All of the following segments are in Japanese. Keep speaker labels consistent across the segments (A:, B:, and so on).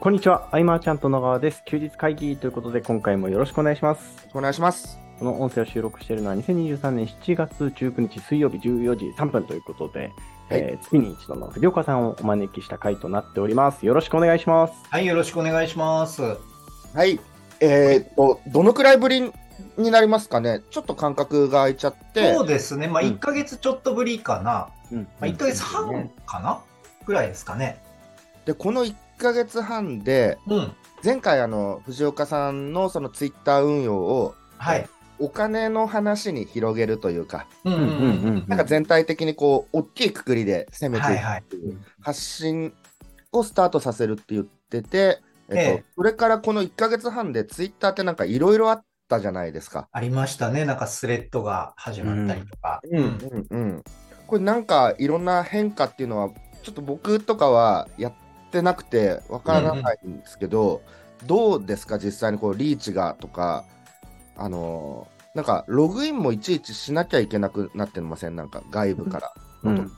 A: こんにちは、アイマーちゃんと野川です。休日会議ということで、今回もよろしくお願いします。
B: お願いします。
A: この音声を収録しているのは2023年7月19日水曜日14時3分ということで、
B: はい
A: えー月に一度の藤岡さんをお招きした回となっております。よろしくお願いします。
C: はい、よろしくお願いします。
B: はい。えーっと、どのくらいぶりになりますかねちょっと間隔が空いちゃって
C: そ、うですね、まあ、
A: うん
C: 1ヶ月ちょっとぶりかな、
A: うん
C: まあ、1ヶ月半かなぐらいですかね。
B: で、この1ヶ月半で、
C: うん、
B: 前回あの、藤岡さんのそのツイッター運用を
C: はい。
B: お金の話に広げるというか、
C: うんう
A: うんうんうん
C: ん
B: なんか全体的にこう、大きいくくりで攻
C: うん。
B: め
C: は
B: てい
C: い
B: く
C: はい。
B: っていう発信をスタートさせるって言ってて、えっと、
C: ええ
B: それからこの1ヶ月半でツイッターってなんかいろいろあったじゃないですか。
C: ありましたね、なんかスレッドが始まったりとか。
A: うん
C: うん
B: うんうん、これなんかいろんな変化っていうのはちょっと僕とかはやってなくてわからないんですけど、どうですか実際にこうリーチがとかあのーなんかログインもいちいちしなきゃいけなくなってませんなんか外部から、
A: うん
B: うん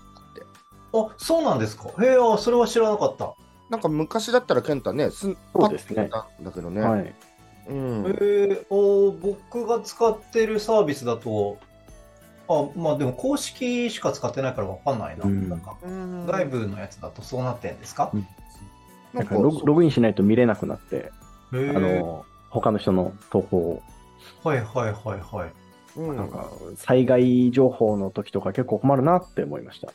C: あそうなんですか。へえ、あそれは知らなかった。
B: なんか昔だったら健太ねすん
A: そうですね
B: パッと見たんだけどね、
A: はい。
B: うん、
C: へえ、お僕が使ってるサービスだと、あまあでも公式しか使ってないからわかんないな。
A: うん
C: なんか
B: うん
C: 外部のやつだとそうなってんですか、
A: う
B: な
A: なん
B: ん
A: か
B: か
A: ログログインしないと見れなくなって、
C: へ
A: あ
C: え
A: の、他の人の投稿を、
C: はいはいはいはい。
B: うん
A: なんか災害情報の時とか結構困るなって思いました。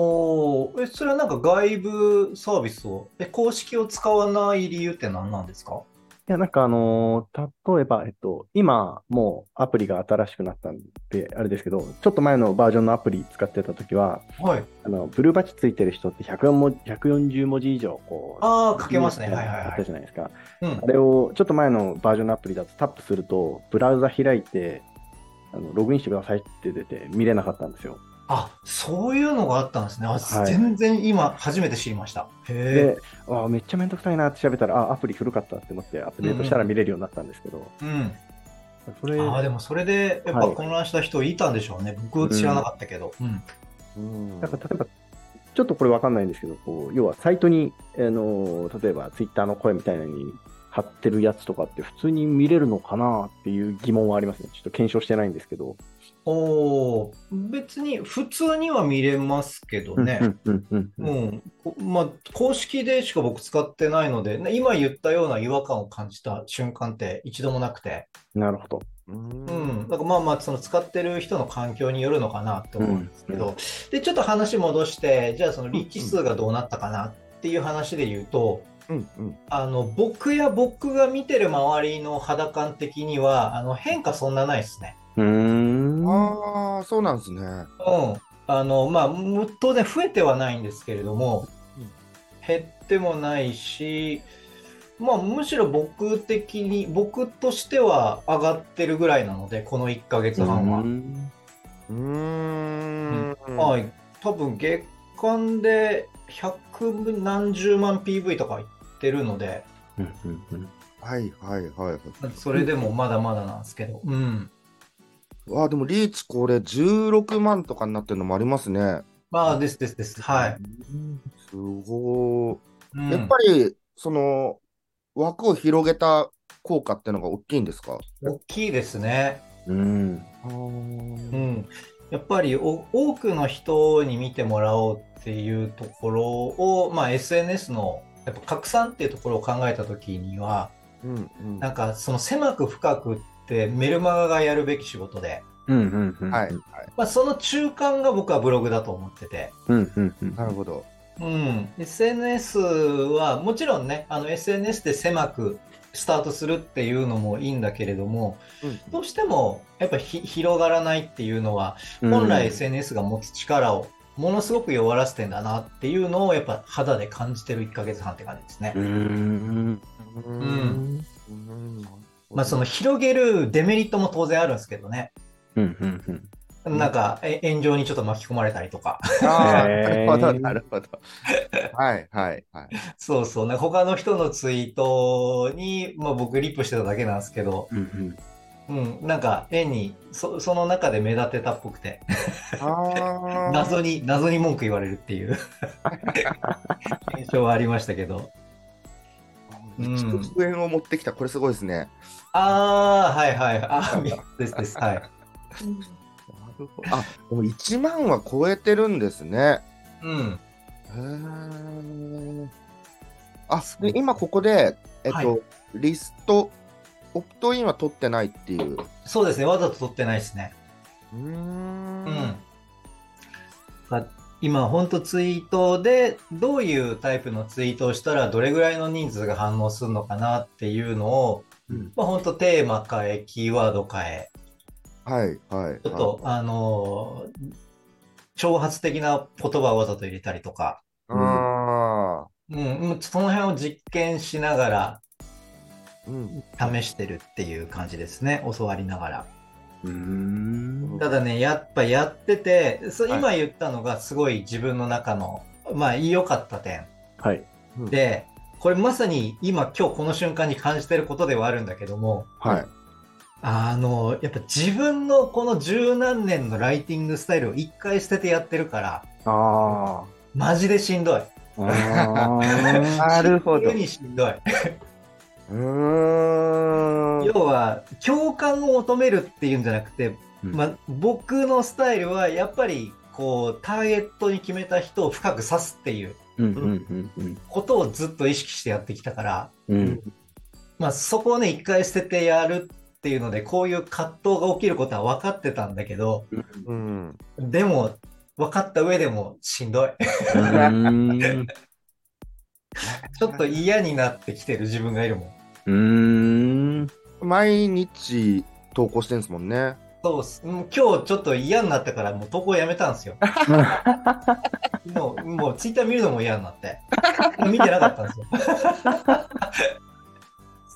C: おーえそれはなんか外部サービスをえ公式を使わない理由って何なんですか
A: いや、なんかあのー例えば、えっと、今、もうアプリが新しくなったんで、あれですけど、ちょっと前のバージョンのアプリ使ってた時は、
C: はい
A: あの、ブルーバッチついてる人って100文140文字以上、こう、
C: ああかけますね
A: や
C: はいはい
A: やっ
C: は
A: た
C: い、
A: じゃないですか。
C: うん
A: あ、れを、ちょっと前のバージョンのアプリだとタップすると、ブラウザ開いて、あのログインしてくださいって出て見れなかったんですよ。
C: あそういうのがあったんですねあ、
A: はい
C: 全然今初めて知りましたへ
A: で、あーめっちゃめんどくさいなって調べたら、あーアプリ古かったって思って、アップデートしたら見れるようになったんですけど、
C: え、うん、
A: それ、
C: ああでもそれでやっぱ
A: はい
C: 混乱した人いたんでしょうね、僕知らなかったけど、うん
B: うん
A: なんか例えば、ちょっとこれわかんないんですけど、こう要はサイトに、あのー例えばツイッターの声みたいなのに貼ってるやつとかって普通に見れるのかなっていう疑問はありますね。ちょっと検証してないんですけど。
C: おおー別に普通には見れますけどね、
A: うんうんうんうん
C: うん、こまあ、公式でしか僕使ってないので、ね今言ったような違和感を感じた瞬間って一度もなくて、
A: なるほど。
B: うん
C: うん、なんかまあまあ、その使ってる人の環境によるのかなと思うんですけど、
A: うん
C: で、ちょっと話戻して、じゃあそのリッチ数がどうなったかなっていう話で言うと、
B: うんうん
C: あの僕や僕が見てる周りの肌感的には、あの変化そんなないですね。
A: うーん。
B: ああそうなんですね
C: うん、あのまあむ当然増えてはないんですけれども、
B: うん
C: 減ってもないし、まあ、むしろ僕的に僕としては上がってるぐらいなのでこの1ヶ月半は、
A: うん
B: うーん
C: まあ、多分月間で100何十万 PV とかいってるので
A: うんうんうん
B: はいはいはいはい。
C: それでもまだまだなんですけど、うん、
B: わあ、でもリーチこれ16万とかになってるのもありますね。
C: まあですですですはい、。
B: すご
C: う
B: い。
C: ん
B: やっぱり、その、枠を広げた効果ってのが大きいんですか
C: 大きいですね
A: うん。
B: あ
C: う
B: ー
C: ん、やっぱりお多くの人に見てもらおうっていうところを、まあ、SNS のやっぱ拡散っていうところを考えた時には
B: うんうん。
C: な
B: は
C: んかその狭く深くってメルマガがやるべき仕事で、
A: うんうんうん。
B: いはい。
C: まあ、その中間が僕はブログだと思ってて、
A: うんうんうん。
B: なるほど。
C: うん、SNS はもちろんねあの SNS で狭くスタートするっていうのもいいんだけれども
B: うん
C: どうしてもやっぱひ広がらないっていうのは本来 SNS が持つ力をものすごく弱らせてんだなっていうのをやっぱ肌で感じてる1ヶ月半って感じですね。
A: うん。うん。
C: ん
B: うん
C: まあその、広げるデメリットも当然あるんですけどね。
A: うんうんうん。
B: ん
C: なんかえ炎上にちょっと巻き込まれたりとか。
B: ああ、
A: へー
B: なるほど、なるほど。はいはいはい。
C: そうそう。なんか他の人のツイートに、まあ僕リップしてただけなんですけど、
A: うんうん
C: うん、なんか絵にそ、その中で目立てたっぽくて、
B: ああ。
C: 謎に、謎 に文句言われるっていう現象はありましたけど。
B: あ
C: うん
B: 1億円を持ってきた、これすごいですね。
C: ああ、はいはい。あーみですです。はい。
B: あでも1万は超えてるんですね。
C: うん。
B: へーあで今ここで、えっと
C: はい
B: リスト、オプトインは取ってないっていう。う
C: そうですね。わざと取ってないですね。
B: ーん
C: うん。あ今、本当ツイートで、どういうタイプのツイートをしたら、どれぐらいの人数が反応するのかなっていうのを、
A: うん
C: まあ、本当テーマ変え、キーワード変え、
B: はいはい。
C: ちょっと、あのー挑発的な言葉をわざと入れたりとか、
B: あ
C: うん、うんその辺を実験しなが
B: ーうん
C: ら試してるっていう感じですね。教わりながら。
A: うん
C: ただね、やっぱやってて、そう
B: はい
C: 今言ったのがすごい自分の中の、まあ良かった点
A: はい。
C: で、これまさに今今日この瞬間に感じてることではあるんだけども、
B: はい。
C: あの、やっぱ自分のこの十何年のライティングスタイルを一回捨ててやってるから、
A: あ
C: マジでしんどい。
A: あ。あ
B: なるほど
C: 急。にしんどい。
B: うーん。
C: 要は、共感を求めるっていうんじゃなくて、
A: うん
C: まあ、僕のスタイルはやっぱり、こう、ターゲットに決めた人を深く刺すっていう
A: うんうんうん
C: ことをずっと意識してやってきたから、
A: うん。うん。
C: まあ、そこをね、一回捨ててやるっていうので、こういう葛藤が起きることは分かってたんだけど、
B: うん。
C: でも、分かった上でもしんどい。
A: うん。
C: ちょっと嫌になってきてる自分がいるもん。
A: うん。
B: 毎日投稿してるんですもんね。
C: そうっす。もう今日ちょっと嫌になったから、もう投稿やめたんですよ。もう、もうツイッター見るのも嫌になって。見てなかったんですよ。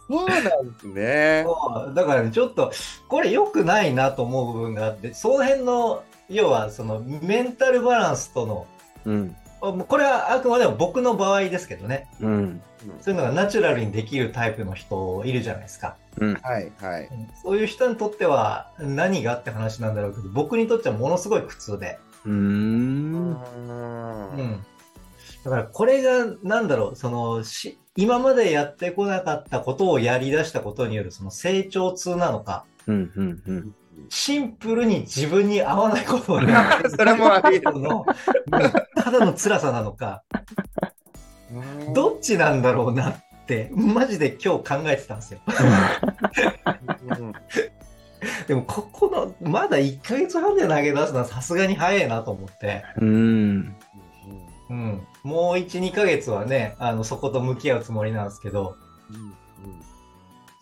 B: そうなんですね。
C: そうだからね、ちょっと、これ良くないなと思う部分があって、その辺の、要はそのメンタルバランスとの、
A: うん。
C: あもうこれはあくまでも僕の場合ですけどね、
A: うん。
C: そういうのがナチュラルにできるタイプの人いるじゃないですか。
B: はいはい。
C: うんそういう人にとっては何がって話なんだろうけど、僕にとってはものすごい苦痛で。
A: うん。
C: うん、だからこれがなんだろうそのし今までやってこなかったことをやりだしたことによるその成長痛なのか
A: うんうんうん。
C: シンプルに自分に合わないことをやってる
B: それも あり
C: ことのうんただの辛さなのか
B: ど
C: どっちなんだろうなってマジで今日考えてたんですよでもここのまだ1ヶ月半で投げ出すのはさすがに早いなと思って、
A: うん。
C: うん、もう12ヶ月はねあのそこと向き合うつもりなんですけど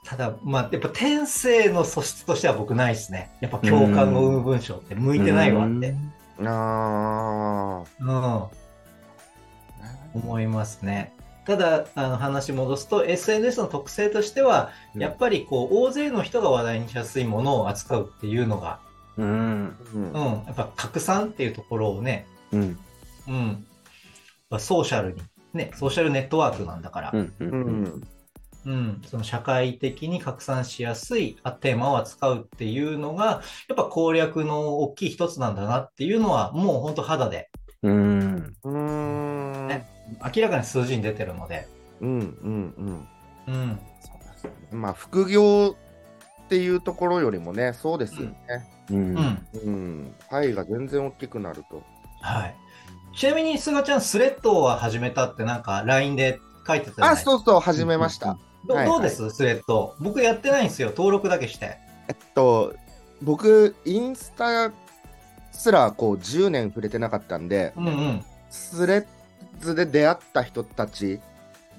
C: ただ、まあ、やっぱ天性の素質としては僕ないですね。やっぱ共感を生む文章って向いてないわって、
B: あ
C: うん思いますね。ただ、あの話戻すと、SNS の特性としては、
A: うん
C: やっぱりこう、大勢の人が話題にしやすいものを扱うっていうのが、
A: うん。
C: うん、やっぱ拡散っていうところをね、
A: うん。
C: うん、やっぱソーシャルに、ね、ソーシャルネットワークなんだから、
A: うん。う。
B: うんん。
C: うん、その社会的に拡散しやすいあテーマを扱うっていうのが、やっぱ攻略の大きい一つなんだなっていうのは、もう本当肌で、
A: うん。
B: うん。
C: 明らかに数字に出てるので、
B: うんうんうん。
C: うん、
B: まあ副業っていうところよりもね、そうですよね。
A: う。
C: うんん、
B: うん。パイが全然大きくなると。
C: はい。ちなみに、すがちゃん、スレッドは始めたって、なんか LINE で書いてたじゃない
B: あ、
C: ですか。
B: そうそう、始めました。
C: ど
B: はい
C: どうです、スレッド。僕やってないんですよ、登録だけして。
B: えっと、僕、インスタすらこう10年触れてなかったんで、
C: うんうん。
B: スレッズで出会った人たち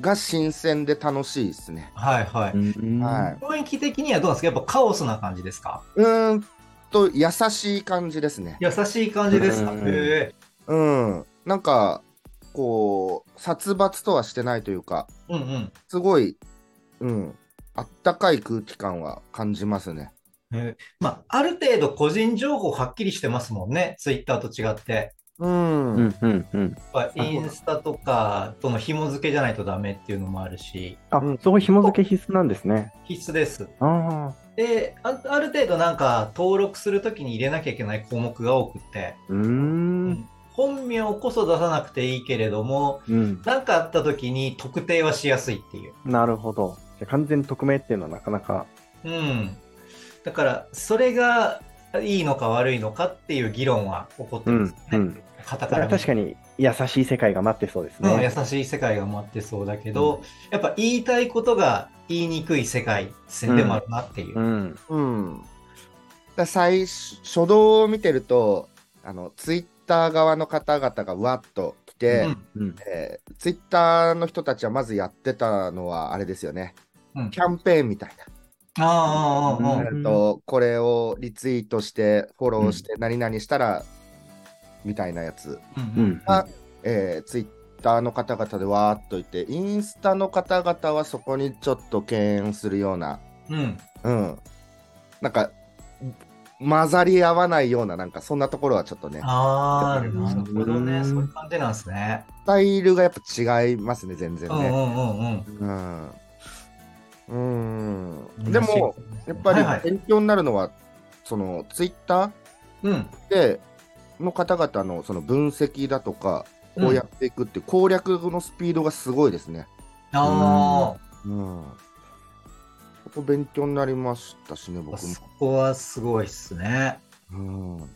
B: が新鮮で楽しいですね。
C: はいはい。
A: うん。
B: はい。
C: 雰囲気的にはどうなんですかやっぱカオスな感じですか
B: うーんと、優しい感じですね。
C: 優しい感じですか
A: う
C: へ
A: ん
C: え。
B: うん。なんか、こう、殺伐とはしてないというか、
C: うんうん。
B: すごい、うん、あったかい空気感は感じますね。
C: えーまあ、ある程度個人情報はっきりしてますもんね、ツイッターと違って。
B: うん。
A: うん。うん。うん。
C: やっぱインスタとかとの紐付けじゃないとダメっていうのもあるし、
A: あ、そこ紐付け必須なんですね。
C: 必須です。
A: ああ。
C: で、あある程度なんか登録するときに入れなきゃいけない項目が多くて、
A: うん。
C: 本名こそ出さなくていいけれども、
A: うん。
C: 何かあった時に特定はしやすいっていう。
A: なるほど。じゃあ完全匿名っていうのはなかなか。
C: うん。だから、それがいいのか悪いのかっていう議論は起こってますね。
A: うんうん
C: 方
A: そ
C: か
A: れ
C: ら
A: は
C: 見る
A: 確かに優しい世界が待ってそうです
C: うん
A: ね。
C: 優しい世界が待ってそうだけど、やっぱ言いたいことが言いにくい世界線でもあるなっていう。
A: うん。
B: うん。だ最初初動を見てると、あのツイッター側の方々がわっと来て、
C: う
A: う
C: ん
A: ん。
B: えーツイッターの人たちはまずやってたのはあれですよね。
C: うん
B: キャンペーンみたい
C: ああ、ああああ
A: うん
B: な。えっとこれをリツイートして、フォローして、何々したら、みたいなやつ。
C: うん
A: う
C: うん
A: ん。
B: あえーツイッターの方々でわーっといて、インスタの方々はそこにちょっと敬遠するような、
C: うん
B: うん。なんか、混ざり合わないような、なんかそんなところはちょっとね、
C: ああ、なるほど
A: う
C: ね。
A: ん
C: そういう感じなんですね。
B: スタイルがやっぱ違いますね、全然
C: うんう
B: ね。
C: んうんうん。
B: うん。うん、でも、やっ
C: はいは
B: ぱ
C: い
B: り勉強になるのは、そのツイッタ
C: うん、
B: ーでの方々のその分析だとか、
C: うん
B: こうやっていくっていう攻略のスピードがすごいですね。
C: あ
B: うん。ここ勉強になりましたしね、
C: あ、
B: 僕
C: そこはすごいっすね。
B: も。うん。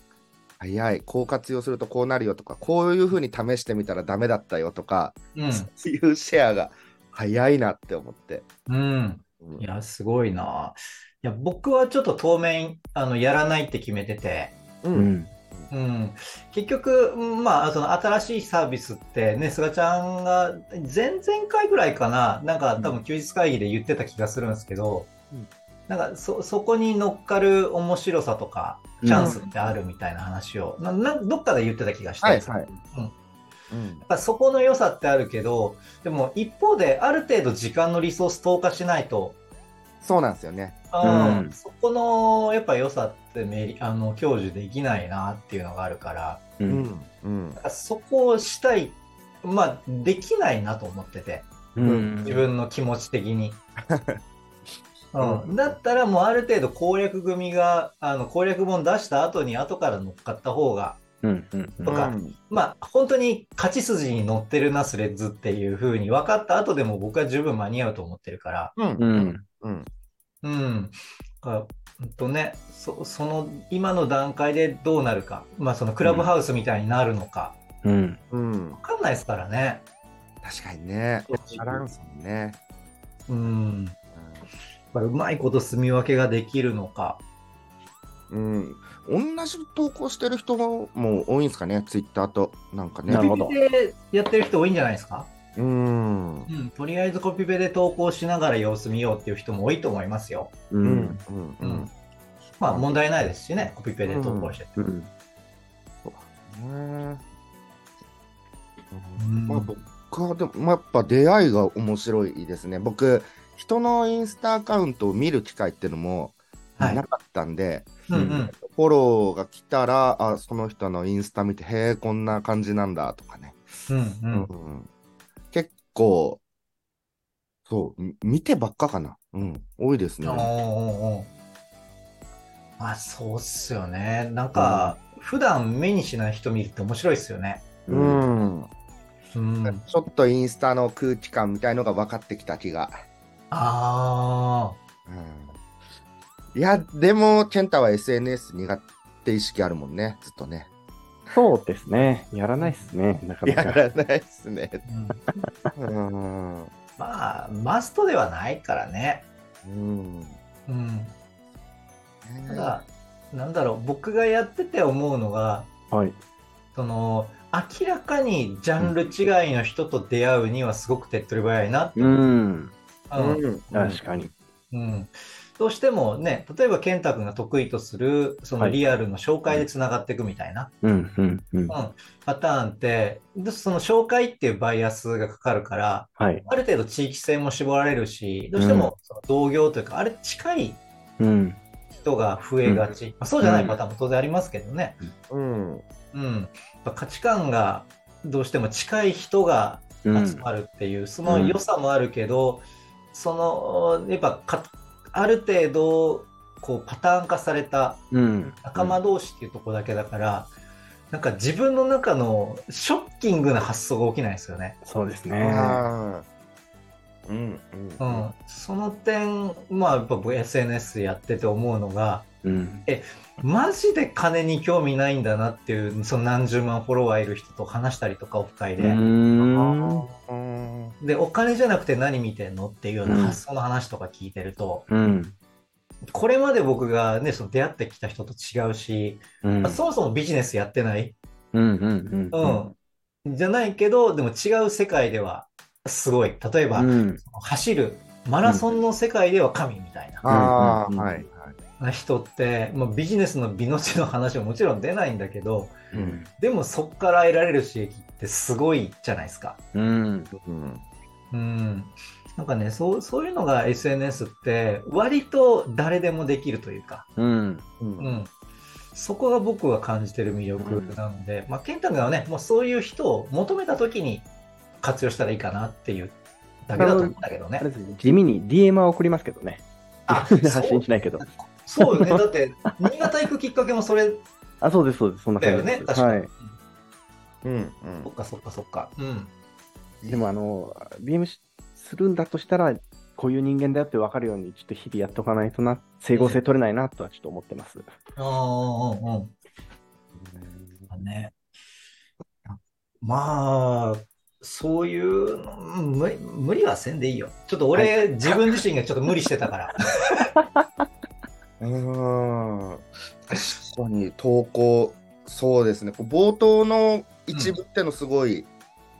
B: 早い。こう活用するとこうなるよとか、こういうふうに試してみたらダメだったよとか、
C: うん、
B: そういうシェアが早いなって思って。
C: うん。
B: うん
C: いや、すごいな。いや、僕はちょっと当面、あの、やらないって決めてて、
B: う。
A: うんん。
C: うん、結局、うんまあ、その新しいサービスってね、菅ちゃんが前々回ぐらいかな、なんか多分休日会議で言ってた気がするんですけど、
B: うん
C: なんかそそこに乗っかる面白さとか、チャンスってあるみたいな話を、ななどっかで言ってた気がして、
B: はい、
C: やっ
B: はい。うん。
C: ぱそこの良さってあるけど、でも一方で、ある程度時間のリソース投下しないと、
B: そうなんですよね。
C: うん
A: うん
C: そこのやっぱ良さってめりあの享受できないなっていうのがあるから。
A: う。
B: うんん。うん。
C: そこをしたい、まあ、できないなと思ってて、
A: うん。
C: 自分の気持ち的に。
B: うん
C: うん、だったらもうある程度攻略組があの攻略本出した後に後から乗っかった方が
A: うん。うん。
C: とか
B: うん
C: まあ本当に勝ち筋に乗ってるなスレッズっていう風に分かった後でも僕は十分間に合うと思ってるから
B: うん。
A: う
B: うん
A: ん。
B: うん。
C: うんあうんとねそその今の段階でどうなるかまあそのクラブハウスみたいになるのか
A: うん。
B: うん。
C: 分かんないですからね。
B: 確かにね。バランスもね。
C: うんまあうまいこと住み分けができるのか。
B: うん。うん同じ投稿してる人も多いんですかね、ツイッターと。なんかね。
A: なるほど
C: コピペでやってる人多いんじゃないですか、
B: うん。うん。
C: うん、とりあえずコピペで投稿しながら様子見ようっていう人も多いと思いますよ。
A: う
B: うんん。。う
C: うん
B: ん。
C: まあ問題ないですしね、コピペで投稿してて。
A: うん。
B: ね
C: うん
B: まあ僕はでも、まあやっぱ出会いが面白いですね。僕、人のインスタアカウントを見る機会っていうのも
C: はい
B: なかったんで、
C: うんうん
B: フォローが来たら、あ、その人のインスタ見て、へえ、こんな感じなんだとかね。
C: うんうん
B: うん結構、そう、み見てばっかかな。うん、多いですね
C: おー。おーおーまあそうっすよね。なんか、普段目にしない人見るって面白いっすよね。
A: う。
B: うんん。
C: うん、あ
B: ちょっとインスタの空気感みたいのが分かってきた気が。
C: あ
B: うん、いや、でも、健太は SNS 苦手意識あるもんね、ずっとね。
A: そうですね。やらないですね。なかな
B: や
A: か。
B: らないっすね。
C: ー、うん、
B: うん。う
C: まあマストではないからね。
B: ん。
C: うんただ、なんだろう、僕がやってて思うのが、
A: はい。
C: その、明らかにジャンル違いの人と出会うにはすごく手っ取り早いな。
A: うん。
C: あの
B: うん
A: 確かに。
C: うんどうしてもね、例えば健太君が得意とする、その
A: はい
C: リアルの紹介でつながっていくみたいな、
A: うん。うん。うん。
C: うん、パターンって、でその紹介っていうバイアスがかかるから、
A: はい。
C: ある程度地域性も絞られるし、どうしてもその同業というか、あれ近い
A: うん。
C: 人が増えがち、まあ、そうじゃな
A: う
C: い
A: ん
C: パターンも当然ありますけどね。
B: うん。
C: うん、やっぱ価値観がどうしても近い人が
A: う
C: 集
A: ん。
C: まるっていう、その良さもあるけど、そのやっぱかある程度こうパターン化された
A: うん。
C: 仲間同士っていうところだけだから、なんか自分の中のショッキングな発想が起きないですよね。
A: そうです
B: うん
A: ね。
B: あーうんう
C: うん
B: うん
C: ん、その点、まあ、やっぱ僕 SNS やってて思うのが、
A: うん。
C: マジで金に興味ないんだなっていう、その何十万フォロワーいる人と話したりとか、オフ会
A: う
C: で、
A: ん。
B: うん
C: で、お金じゃなくて何見てんのっていうような発想の話とか聞いてると、
A: うん。
C: これまで僕がね、その出会ってきた人と違うし、
A: うん
C: まあそもそもビジネスやってない、
A: うんうんうん。
C: うん、じゃないけど、でも違う世界ではすごい。例えば、
A: うん。
C: 走る、マラソンの世界では神みたいな。
B: あ
A: うん
B: ー
A: うんうん
B: はいはい
C: 人って、まあ、ビジネスの美の字の話はもちろん出ないんだけど
A: うん。
C: でもそこから得られる刺激ってすごいじゃないですか。
A: うん。
B: うん
C: うんなんかねそうそういうのが SNS って割と誰でもできるというか、
A: うん。
B: うん
C: うん、そこが僕が感じてる魅力なので、まあ、健太君はねもうそういう人を求めた時に活用したらいいかなっていうだけだと思うんだけどね
A: あ。れですね、地味に DM は送りますけどね。
C: あ
A: 発信しないけど。
C: そうよねだって新潟行くきっかけもそれ
A: あ、そうです、そうです。そんな
C: だ
A: 感
C: よ
A: じで
C: ね
A: す。
C: 確か
A: は
C: に。
A: い。
B: うんうん
C: そっかそっかそっか。うん。
A: でもあの、DM しするんだとしたら、こういう人間だよって分かるように、ちょっと日々やっておかないとな、整合性取れないなとはちょっと思ってます。
C: ああ、うんうんうん。ね。まあ、そういうの、うん無理無理はせんでいいよ。ちょっと俺、自分自身がちょっと無理してたから。
B: うーん確かに投稿そうですねこう冒頭の一部ってのすごい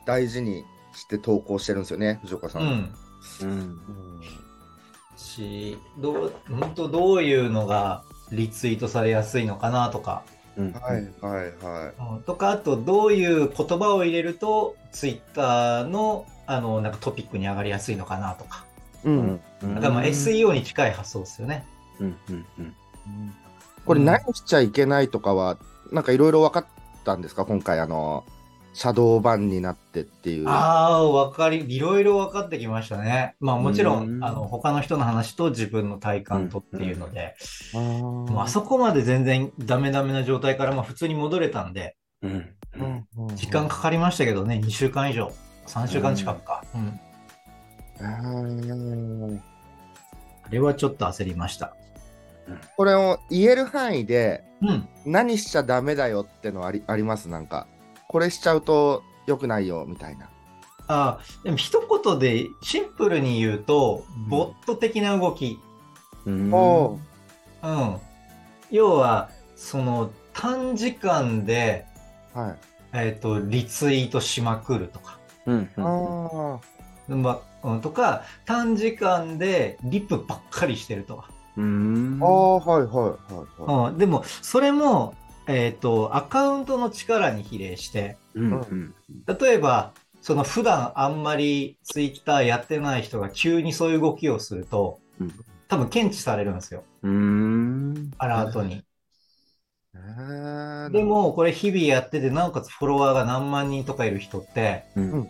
B: 大事にして投稿してるんですよね、藤岡さ。
C: うんん。
A: うん。
B: うん
C: し、どう、本当どういうのがリツイートされやすいのかなとか、
A: うん。
B: はいはいは
C: うんとか、あと、どういう言葉を入れると、ツイッターの、あの、なんかトピックに上がりやすいのかなとか。
B: い。う
A: うんん。うん
C: だからまあ
B: うん
C: SEO に近い発想ですよね。
A: うん。うん。うん
B: これ
C: うん
B: 何しちゃいけないとかは、なんかいろいろ分かったんですか今回あのシャドーバンになってっていう。
C: ああ、わかり、いろいろ分かってきましたね。まあもちろ、
A: うんん
C: あの、他の人の話と自分の体感とっていうので、
B: ー
C: もうあそこまで全然ダメダメな状態から、まあ普通に戻れたんで、
A: うん。
B: うんうんうん
C: 時間かかりましたけどね、2週間以上、3週間近くか。うん。
B: あー
C: あれはちょっと焦りました。
B: これを言える範囲で
C: うん。
B: 何しちゃダメだよってのありありますなんかこれしちゃうと良くないよみたいな。
C: ああ、でも一言でシンプルに言うと、ボット的な動き。
A: うん。
B: お
C: うん。要は、その短時間で、
B: はい。
C: えっ、と、リツイートしまくるとか。
A: うん。
B: あー
C: まうん、とか短時間でリップばっかりしてるとか、
A: うん。
B: あーはいはいはいはい。
C: うん、でもそれも、えー、とアカウントの力に比例して
A: うん。うん。
C: 例えばその普段あんまりツイッターやってない人が急にそういう動きをすると、
A: うん
C: 多分検知されるんですよ
A: うん。
C: アラートに、
B: えー
C: で、もこれ日々やっててなおかつフォロワーが何万人とかいる人って
A: うん。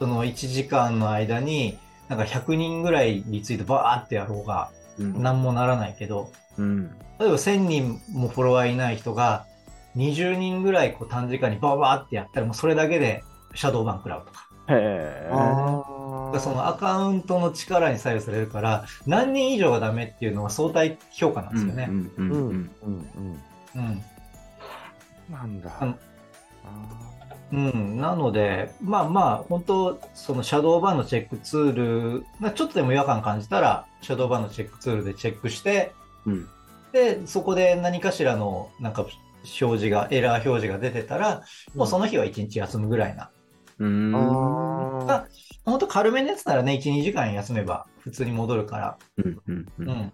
C: その1時間の間になんか100人ぐらいリツイートバーってやろうが
A: うん。
C: 何もならないけど、
A: うん。
C: 例えば1000人もフォロワーいない人が20人ぐらいこう短時間にバーバーってやったらもうそれだけでシャドーバン食らうとか
A: へえ。
B: あー
C: そのアカウントの力に左右されるから何人以上がダメっていうのは相対評価なんですよね。
A: うん。うん。
B: うんう
A: うん
B: ん。うん
C: うん
B: なんだ。
C: う
B: うん
C: うんなのでまあまあ本当そのシャドーバンのチェックツールがちょっとでも違和感感じたらシャドーバンのチェックツールでチェックして
A: うん。
C: でそこで何かしらのなんか表示がエラー表示が出てたらもうその日は1日休むぐらいな
A: うん。
C: あ本当軽めのやつならね、1、2時間休めば普通に戻るから。
A: うん。う。
C: うんん。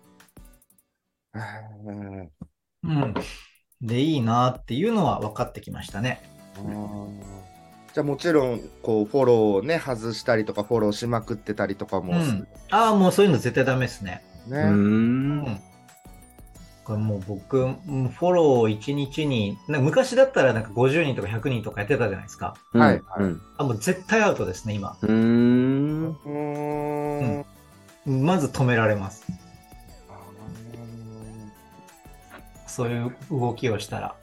B: ー
C: うん。で、いいなっていうのは分かってきましたね。
B: じゃあもちろんこうフォローをね外したりとかフォローしまくってたりとかも
C: う
B: す
C: ん。ああ、もうそういうの絶対ダメですね。
B: ね、
A: うん。
C: うん。これもう僕、うんフォローを1日に、なんか昔だったらなんか50人とか100人とかやってたじゃないですか。
B: はい
A: うん。
C: あ、もう絶対アウトですね、今。
A: うん。
B: うーん
C: まず止められます。そういう動きをしたら。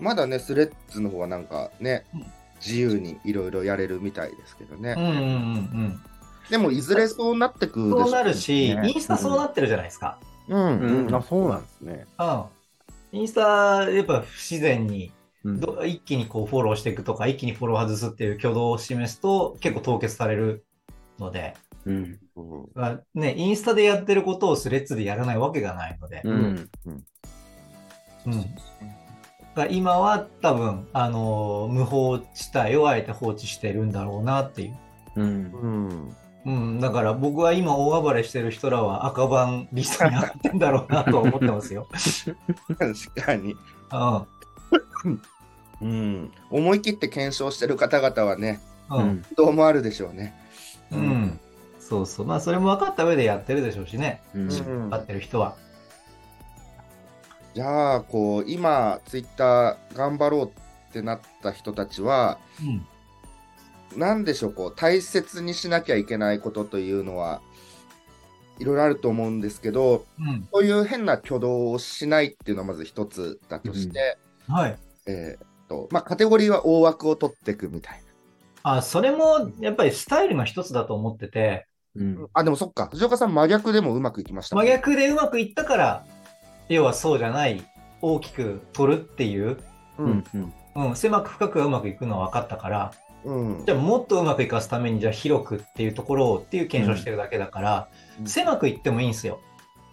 B: まだね、スレッズの方はなんかね、
C: うん
B: 自由にいろいろやれるみたいですけどね。
C: うんうんうん
B: でも、いずれそうなってく
C: う
B: でしょ
C: ん。そうなるし、
B: ね
C: インスタそうなってるじゃないですか。
B: うん、
A: うん、あそうなんですね。
C: うん。インスタ、やっぱ不自然に
A: うん
C: ど一気にこうフォローしていくとか、一気にフォロー外すっていう挙動を示すと、結構凍結されるので、
A: うん
B: うん
C: まあね、インスタでやってることをスレッズでやらないわけがないので、
A: う
B: うんん
C: うんだから今は多分、あのー無法地帯をあえて放置してるんだろうなっていう。
A: うん
B: うん
C: うん、だから僕は今大暴れしてる人らは赤番リストに上がってんだろうなとは思ってま すよ。
B: 確かに、
C: う
B: う
C: ん
B: ん。思い切って検証してる方々はね、
A: う
C: うん
A: ん
B: どうもあるでしょうね。
C: うんそうそう。まあ、それも分かった上でやってるでしょうしね。
A: うん
C: 分かってる人は。
B: じゃあこう今ツイッター頑張ろうってなった人たちは
C: うん。
B: 何でしょうこう大切にしなきゃいけないことというのはいろいろあると思うんですけど
C: うん。
B: こういう変な挙動をしないっていうのはまず一つだとして、
C: はい。
B: えーっとまあ、カテゴリーは大枠を取っていくみたい
C: あ、それもやっぱりスタイルの一つだと思ってて、
A: うん
B: なあでもそっか藤岡さん真逆でもうまくいきましたも
C: 真
B: んね
C: 逆でうまくいったから、要はそうじゃない、大きく取るっていう、
B: うん
A: うん
C: うん、狭く深くはうまくいくのは分かったから、
B: うん
C: じゃあもっとうまくいかすために、じゃあ広くっていうところをっていう検証してるだけだから、
B: うん
C: 狭くいってもいいんですよ。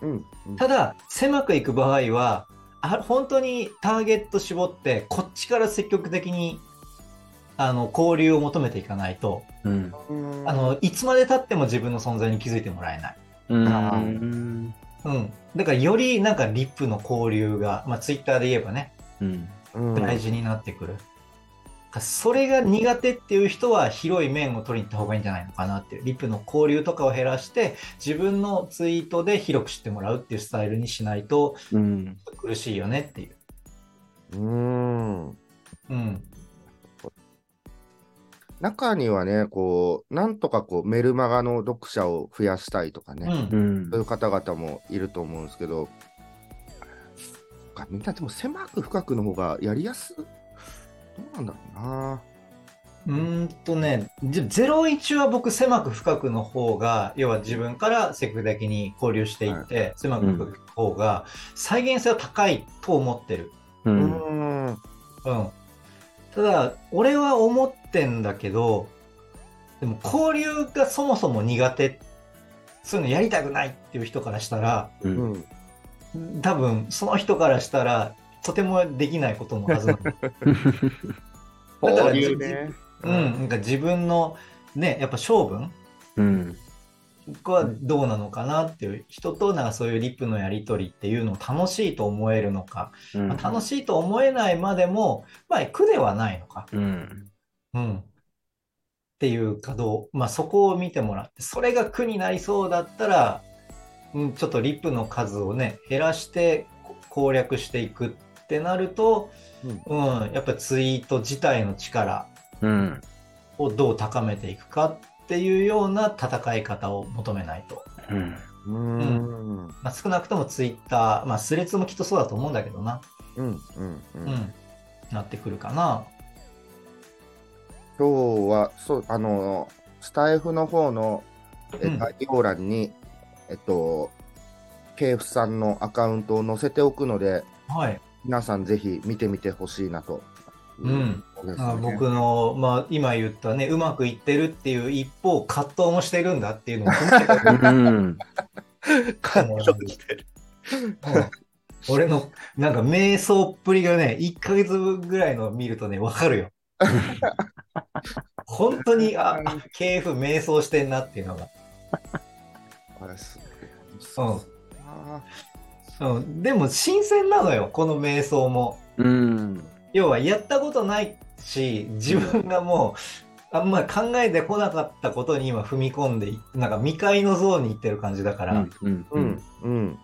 B: うん
C: ただ、狭くいく場合は、あ本当にターゲット絞って、こっちから積極的にあの交流を求めていかないと、
A: うん
B: うん
C: あのいつまでたっても自分の存在に気づいてもらえない。
A: うん
C: うん、だからよりなんかリップの交流が、まあ、ツイッターで言えばね
A: うん
B: うん
C: 大事になってくる、それが苦手っていう人は広い面を取りに行った方がいいんじゃないのかなっていうリップの交流とかを減らして自分のツイートで広く知ってもらうっていうスタイルにしないと
A: うん
C: 苦しいよねっていう、
B: うん
C: うん、
B: 中にはね、こう、なんとかこう、メルマガの読者を増やしたいとかね、
C: うん
A: うん
B: そういう方々もいると思うんですけど、そっかみんなでも狭く深くの方がやりやすどうなんだろうな。
C: うーんとね、じゃ01は僕、狭く深くの方が、要は自分から積極的に交流していって、狭く深くの方が、再現性は高いと思ってる。
A: う
B: うんん。うん。
C: うん。ただ、俺は思ってんだけど、でも交流がそもそも苦手、そういうのやりたくないっていう人からしたら、
A: うん
C: 多分その人からしたら、とてもできないことの はずなの。だから
B: 交流ね。
C: うん、なんか自分の、ね、やっぱ性分
A: うん
C: 僕はどうなのかなっていう人となんかそういうリップのやり取りっていうのを楽しいと思えるのか、
A: うん
C: まあ楽しいと思えないまでも、まあ、苦ではないのか、
A: うん
C: うん、っていうかどう、まあ、そこを見てもらってそれが苦になりそうだったら、うん、ちょっとリップの数をね減らしてこ攻略していくってなると、うんやっぱツイート自体の力
A: うん
C: をどう高めていくかっていうような戦い方を求めないと。
A: うん
B: うん。うん。
C: まあ、少なくともツイッター、まあ、スレッズもきっとそうだと思うんだけどな、
B: うん。うん。
C: うんなってくるかな。
B: 今日は、そう、あの、スタイフの方の、え
C: うん
B: 概要欄に、えっと、ケイフさんのアカウントを載せておくので、
C: はい。
B: 皆さんぜひ見てみてほしいなと。
C: うん。
B: ですね
C: あ僕の、まあ、今言ったね、うまくいってるっていう一方、葛藤もしてるんだっていうのをこの人が言っ
A: うん
B: 感 動してる。
C: たの俺の、なんか、瞑想っぷりがね、1ヶ月ぐらいの見るとね、わかるよ。本当に、あ、あ KF 瞑想してんなっていうのが。
B: あれす
C: う
B: ごい
C: ん
B: あ
C: うん、でも、新鮮なのよ、この瞑想も。
A: うん
C: 要はやったことないし自分がもうあんま考えてこなかったことに今踏み込んでいなんか未開のゾーンに行ってる感じだから、
A: うん
B: ーうん。うん。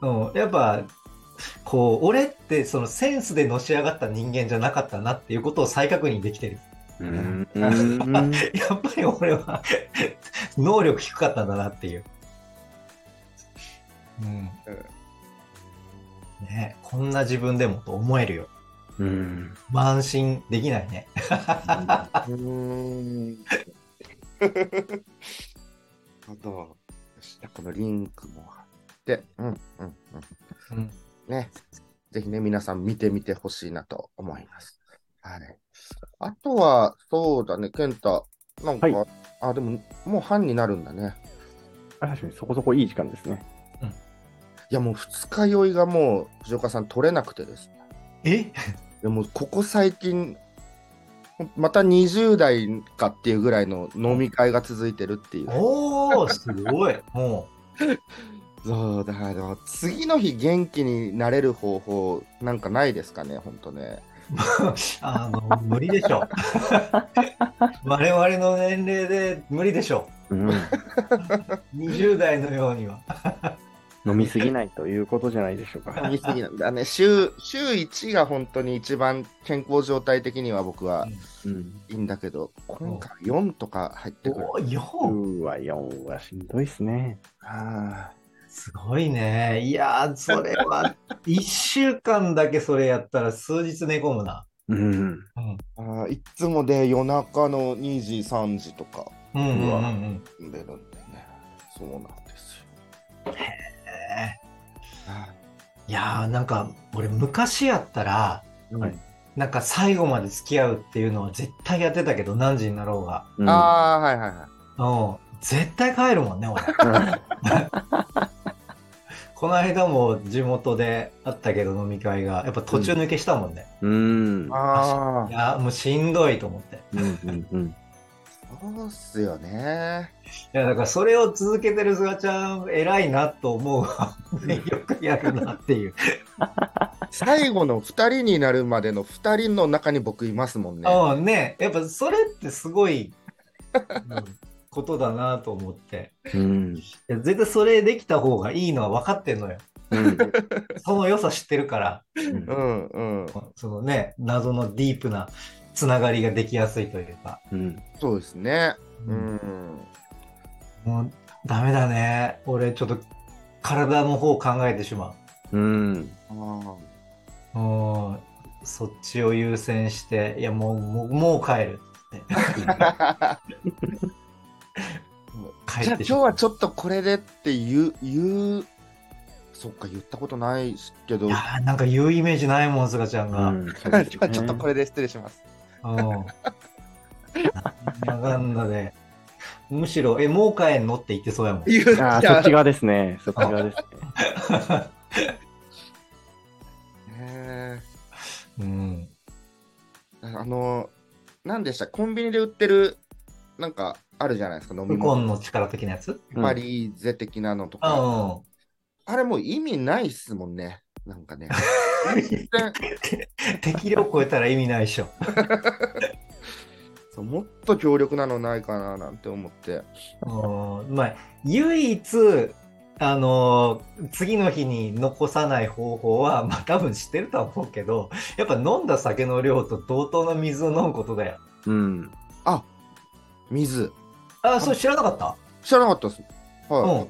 C: うんやっぱこう俺ってそのセンスでのし上がった人間じゃなかったなっていうことを再確認できてる
A: うんうん
C: やっぱり俺は能力低かったんだなっていう、うんね、こんな自分でもと思えるよ
A: うん。
C: 慢心できないね。
B: うん。 あと、よしじゃあこのリンクも貼って、うんうんうん。
C: うん、
B: ね、ぜひね、皆さん見てみてほしいなと思います。はい。あとは、そうだね、健太、なんか、
A: は
B: あ、でも、もう半になるんだね。
A: あ確かにそこそこいい時間ですね。
B: いや、もう二日酔いがもう、藤岡さん取れなくてですね。
C: え
B: でも、ここ最近、また20代かっていうぐらいの飲み会が続いてるっていう。
C: おおすごい。も
B: そうだ、でも次の日元気になれる方法なんかないですかね、ほんと ね。
C: う、あの、無理でし ょ。我々の年齢で無理でしょ。
A: うん、
C: 20代のようには。
A: 飲みすぎないということじゃないでしょうか。
B: 飲みすぎなんだね。週、週1が本当に一番健康状態的には僕は
A: うん、
B: いいんだけど、今回4とか入ってくる。
C: およ
A: う
C: う
A: ーわ、4はしんどいっすね。
B: あ
C: すごいね。いやー、それは、1週間だけそれやったら数日寝込むな。
A: うん。
C: うん。
B: ーあー、いつもで夜中の2時、3時とか
C: うんうんうんう
B: うわ
C: ん。
B: 出るんでね。そうなんですよ。
C: え
B: あ
C: ーいやー、なんか、俺、昔やったら、
B: ー
A: はい
C: なんか最後まで付き合うっていうのは絶対やってたけど、何時になろうが。
A: うん
B: あー、はいはいはい。
C: うん。絶対帰るもんね、俺。 この間も地元であったけど飲み会が、やっぱ途中抜けしたもんね。
A: うん。
B: あ
C: いやー、もうしんどいと思って。
A: う
C: い
A: んうんうん
B: あ、そうっすよね。
C: や、だからそれを続けてる菅ちゃん、偉いなと思うわ。ね よくやるなっていう。
B: 最後の2人になるまでの2人の中に僕いますもんね。
C: うん、ね。やっぱそれってすごい、うんことだなと思って。
A: うん
C: いや絶対それできた方がいいのは分かってんのよ。
A: うん
C: その良さ知ってるから。
A: うん
B: うんうん。
C: そのね、謎のディープなつながりができやすいというか。
A: うん
B: そうですね。うん。
C: もうダメだね。俺ちょっと体の方を考えてしま
A: うん
B: あー
C: う。うん。そっちを優先して、いやもう、もうもう帰る って。帰
B: じゃあ
C: っ
B: 今
C: て
B: 日はちょっとこれでって言う、言う、そっか言ったことないですけど、
C: い
B: じ
C: や
B: ゃ
C: ーなんか言うイメージないもん、すがちゃんが。
A: う
C: うん。
A: ん
B: あちょっとこれで失礼します。
C: なんだかんだで。むしろ、え、もう帰んのって言ってそうやもん。
B: 言っ
A: あー
B: ち
A: そ
B: ゃ
A: っ
B: う
A: ち側ですね。そっち側ですね。
B: ね
C: うん。
B: えあの、なんでしたコンビニで売ってる、なんかあるじゃないですか、飲み
C: ウコ
B: 物。
C: ンの力的なやつ
A: うん
B: マリーゼ的なのと
C: う
B: か。
C: ん。
B: あれもう意味ないっすもんね。なん かね。全然
C: 適量超えたら意味ないでしょ。
B: そうもっと強力なのないかななんて思って。
C: うんまあ、唯一、あのー次の日に残さない方法は、まあ多分知ってるとは思うけど、やっぱ飲んだ酒の量と同等の水を飲むことだよ。
A: うん。
B: 水。
C: あ、それ知らなかった
B: 知らなかったっす。
C: う
B: は
C: ん。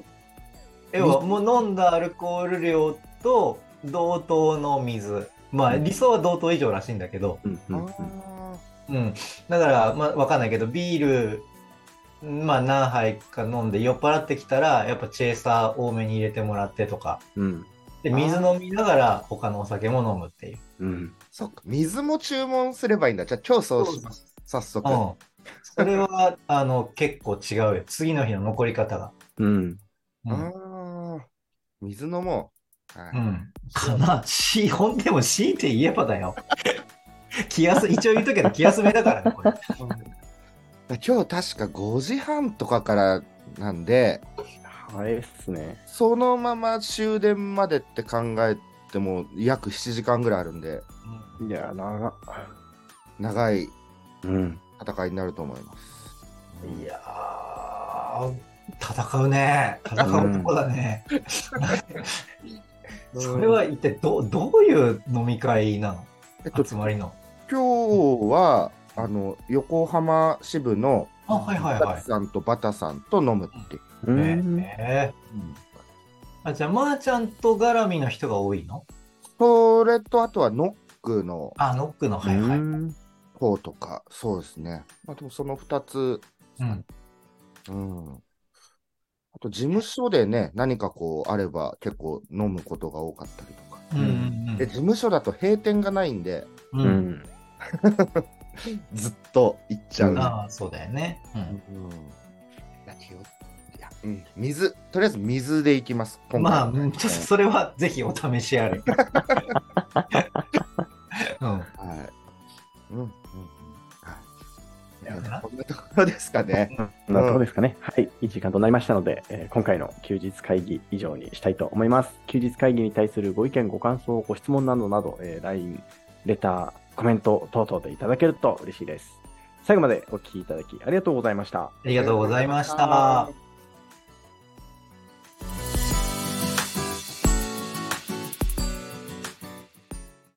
C: 要は、もう飲んだアルコール量と同等の水。まあ理想は同等以上らしいんだけど、
A: うん
B: い。
A: うん
B: あ
C: うん。だから、まあわかんないけど、ビール、まあ何杯か飲んで酔っ払ってきたら、やっぱチェイサー多めに入れてもらってとか。
A: うん
C: で
B: あー
C: 水飲みながら他のお酒も飲むっていう。
A: うん
B: ーそっか。水も注文すればいいんだ。じゃあ今日そうします。早速。
C: うん。それはあの結構違うよ。次の日の残り方が。
A: うん
C: うん。
B: ああ、水飲もう。は
C: う
B: い
C: ん、かな。し、ほんでも強いて言えばだよ。 気休一応言うとけど気休めだからね、これ。
B: 今日確か5時半とかからなんで、
A: 早いっすね。
B: そのまま終電までって考えても約7時間ぐらいあるんで、
A: いや、長っ。
B: 長い
A: うん。
B: 戦いになると思います。
C: いやー、戦うね。戦うとこだね。それは一体どどういう飲み会なの
B: えっと、
C: 集まりの。
B: 今日は、あの、横浜支部の、
C: あ、はいはいは
B: ダ
C: い
B: ツ。さんとバタさんと飲むっていう。
A: うん。
C: えあじゃあ、まー、ちゃんと絡みの人が多いの
B: それと、あとはノックの
C: あ、ノックの、はいはい。
A: うん
B: 方とか、そうですね。まあ、でもその2つ、
C: うん。
B: うん。あと、事務所でね、何かこうあれば結構飲むことが多かったりとか。
C: うんうん
B: で、事務所だと閉店がないんで、
C: うん。
A: う
C: うん。
A: ん
B: ずっと行っちゃう。
C: ああ、そうだよね。うん。
B: うん何をいやうん水、とりあえず水でいきます。今回
C: まあ、うんちょっとそれはぜひお試しあれ。 うん。
B: はい。うん、うん、うん。は。
C: だよない
B: こんなところですかね。
A: そんなとこですかね。はい。いい時間となりましたので、えー今回の休日会議以上にしたいと思います。休日会議に対するご意見、ご感想、ご質問などなど、えー LINE、レター、コメント等々でいただけると嬉しいです。最後までお聞きいただきありがとうございました。
C: ありがとうございました。